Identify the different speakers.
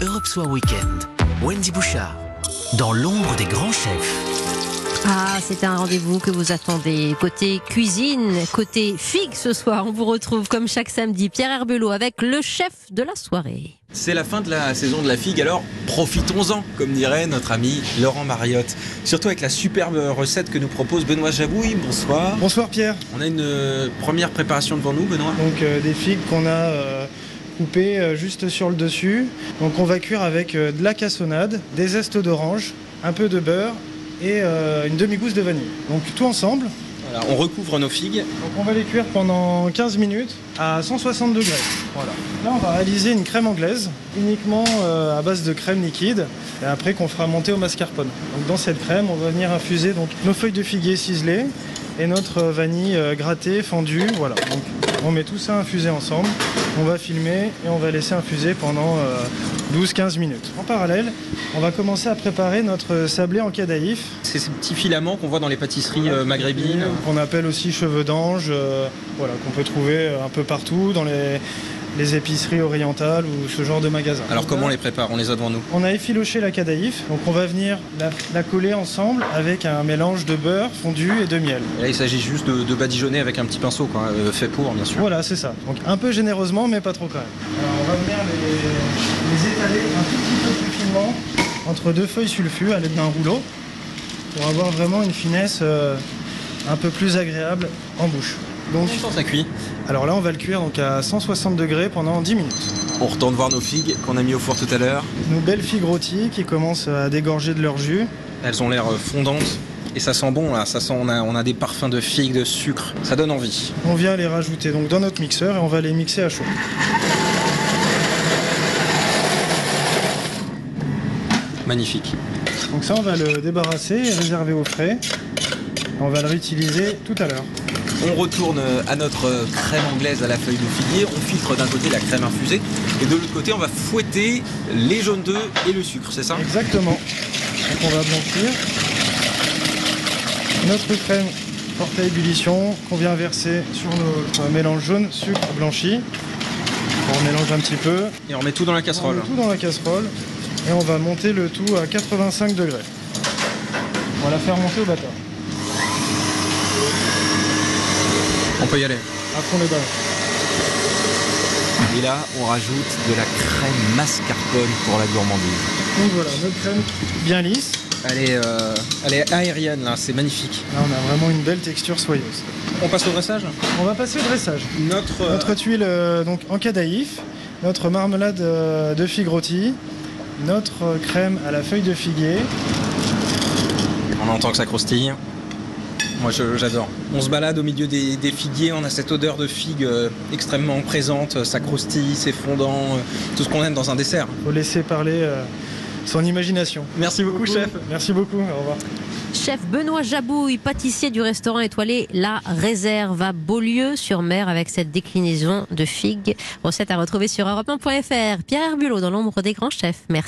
Speaker 1: Europe Soir Weekend. Wendy Bouchard, dans l'ombre des grands chefs.
Speaker 2: Ah, c'est un rendez-vous que vous attendez. Côté cuisine, côté figue ce soir, on vous retrouve comme chaque samedi, Pierre Herbulot avec le chef de la soirée.
Speaker 3: C'est la fin de la saison de la figue, alors profitons-en, comme dirait notre ami Laurent Mariotte. Surtout avec la superbe recette que nous propose Benoît Jabouille. Bonsoir.
Speaker 4: Bonsoir Pierre.
Speaker 3: On a une euh, première préparation devant nous, Benoît.
Speaker 4: Donc euh, des figues qu'on a euh, coupées euh, juste sur le dessus. Donc on va cuire avec euh, de la cassonade, des zestes d'orange, un peu de beurre et euh, une demi-gousse de vanille. Donc tout ensemble.
Speaker 3: Voilà, on recouvre nos figues.
Speaker 4: Donc on va les cuire pendant 15 minutes à 160 degrés. Voilà. Là on va réaliser une crème anglaise uniquement euh, à base de crème liquide et après qu'on fera monter au mascarpone. Donc dans cette crème on va venir infuser donc nos feuilles de figuier ciselées et notre euh, vanille euh, grattée, fendue. Voilà. Donc on met tout ça infusé ensemble. On va filmer et on va laisser infuser pendant euh, 12-15 minutes. En parallèle, on va commencer à préparer notre sablé en cadaïf
Speaker 3: C'est ces petits filaments qu'on voit dans les pâtisseries euh, maghrébines.
Speaker 4: qu'on appelle aussi cheveux d'ange, euh, voilà, qu'on peut trouver euh, un peu partout dans les, les épiceries orientales ou ce genre de magasins.
Speaker 3: Alors comment on les prépare On les a devant nous.
Speaker 4: On a effiloché la cadaïf, donc on va venir la, la coller ensemble avec un mélange de beurre fondu et de miel.
Speaker 3: Et là, il s'agit juste de, de badigeonner avec un petit pinceau, quoi, euh, fait pour, bien sûr.
Speaker 4: Voilà, c'est ça. Donc un peu généreusement, mais pas trop quand même. Alors, on va venir les, les étaler un tout petit peu plus finement entre deux feuilles sulfures à l'aide d'un rouleau pour avoir vraiment une finesse euh, un peu plus agréable en bouche. Donc,
Speaker 3: Combien de temps ça cuit
Speaker 4: alors là, on va le cuire donc à 160 degrés pendant 10 minutes.
Speaker 3: On retourne voir nos figues qu'on a mis au four tout à l'heure.
Speaker 4: Nos belles figues rôties qui commencent à dégorger de leur jus.
Speaker 3: Elles ont l'air euh, fondantes. Et ça sent bon là, ça sent, on a, on a des parfums de figues, de sucre, ça donne envie.
Speaker 4: On vient les rajouter donc dans notre mixeur et on va les mixer à chaud.
Speaker 3: Magnifique.
Speaker 4: Donc ça, on va le débarrasser et réserver au frais. On va le réutiliser tout à l'heure.
Speaker 3: On retourne à notre crème anglaise à la feuille de figuier. On filtre d'un côté la crème infusée et de l'autre côté on va fouetter les jaunes d'œufs et le sucre, c'est ça
Speaker 4: Exactement. Donc on va blanchir. Notre crème porte à ébullition qu'on vient verser sur notre mélange jaune, sucre blanchi. On mélange un petit peu.
Speaker 3: Et on remet tout dans la
Speaker 4: On met
Speaker 3: casserole.
Speaker 4: tout dans la casserole et on va monter le tout à 85 degrés. On va la faire monter au batteur.
Speaker 3: On peut y aller.
Speaker 4: Après on les balance.
Speaker 3: Et là on rajoute de la crème mascarpone pour la gourmandise.
Speaker 4: Donc voilà, notre crème bien lisse.
Speaker 3: Elle est, euh, elle est aérienne là, c'est magnifique.
Speaker 4: Là on a vraiment une belle texture soyeuse.
Speaker 3: On passe au dressage
Speaker 4: On va passer au dressage.
Speaker 3: Notre... euh,
Speaker 4: Notre tuile euh, donc en cadaïf, notre marmelade euh, de figues rôties, notre euh, crème à la feuille de figuier.
Speaker 3: On entend que ça croustille. Moi je- j'adore. On se balade au milieu des, des figuiers, on a cette odeur de figue euh, extrêmement présente, ça croustille, c'est fondant, euh, tout ce qu'on aime dans un dessert.
Speaker 4: Faut laisser parler euh, son imagination.
Speaker 3: Merci beaucoup chef.
Speaker 4: Merci beaucoup. Au revoir.
Speaker 2: Chef Benoît Jabouille, pâtissier du restaurant étoilé La Réserve à Beaulieu-sur-Mer avec cette déclinaison de figues. Recette à retrouver sur europe1.fr. Pierre Herbulot dans l'ombre des grands chefs. Merci.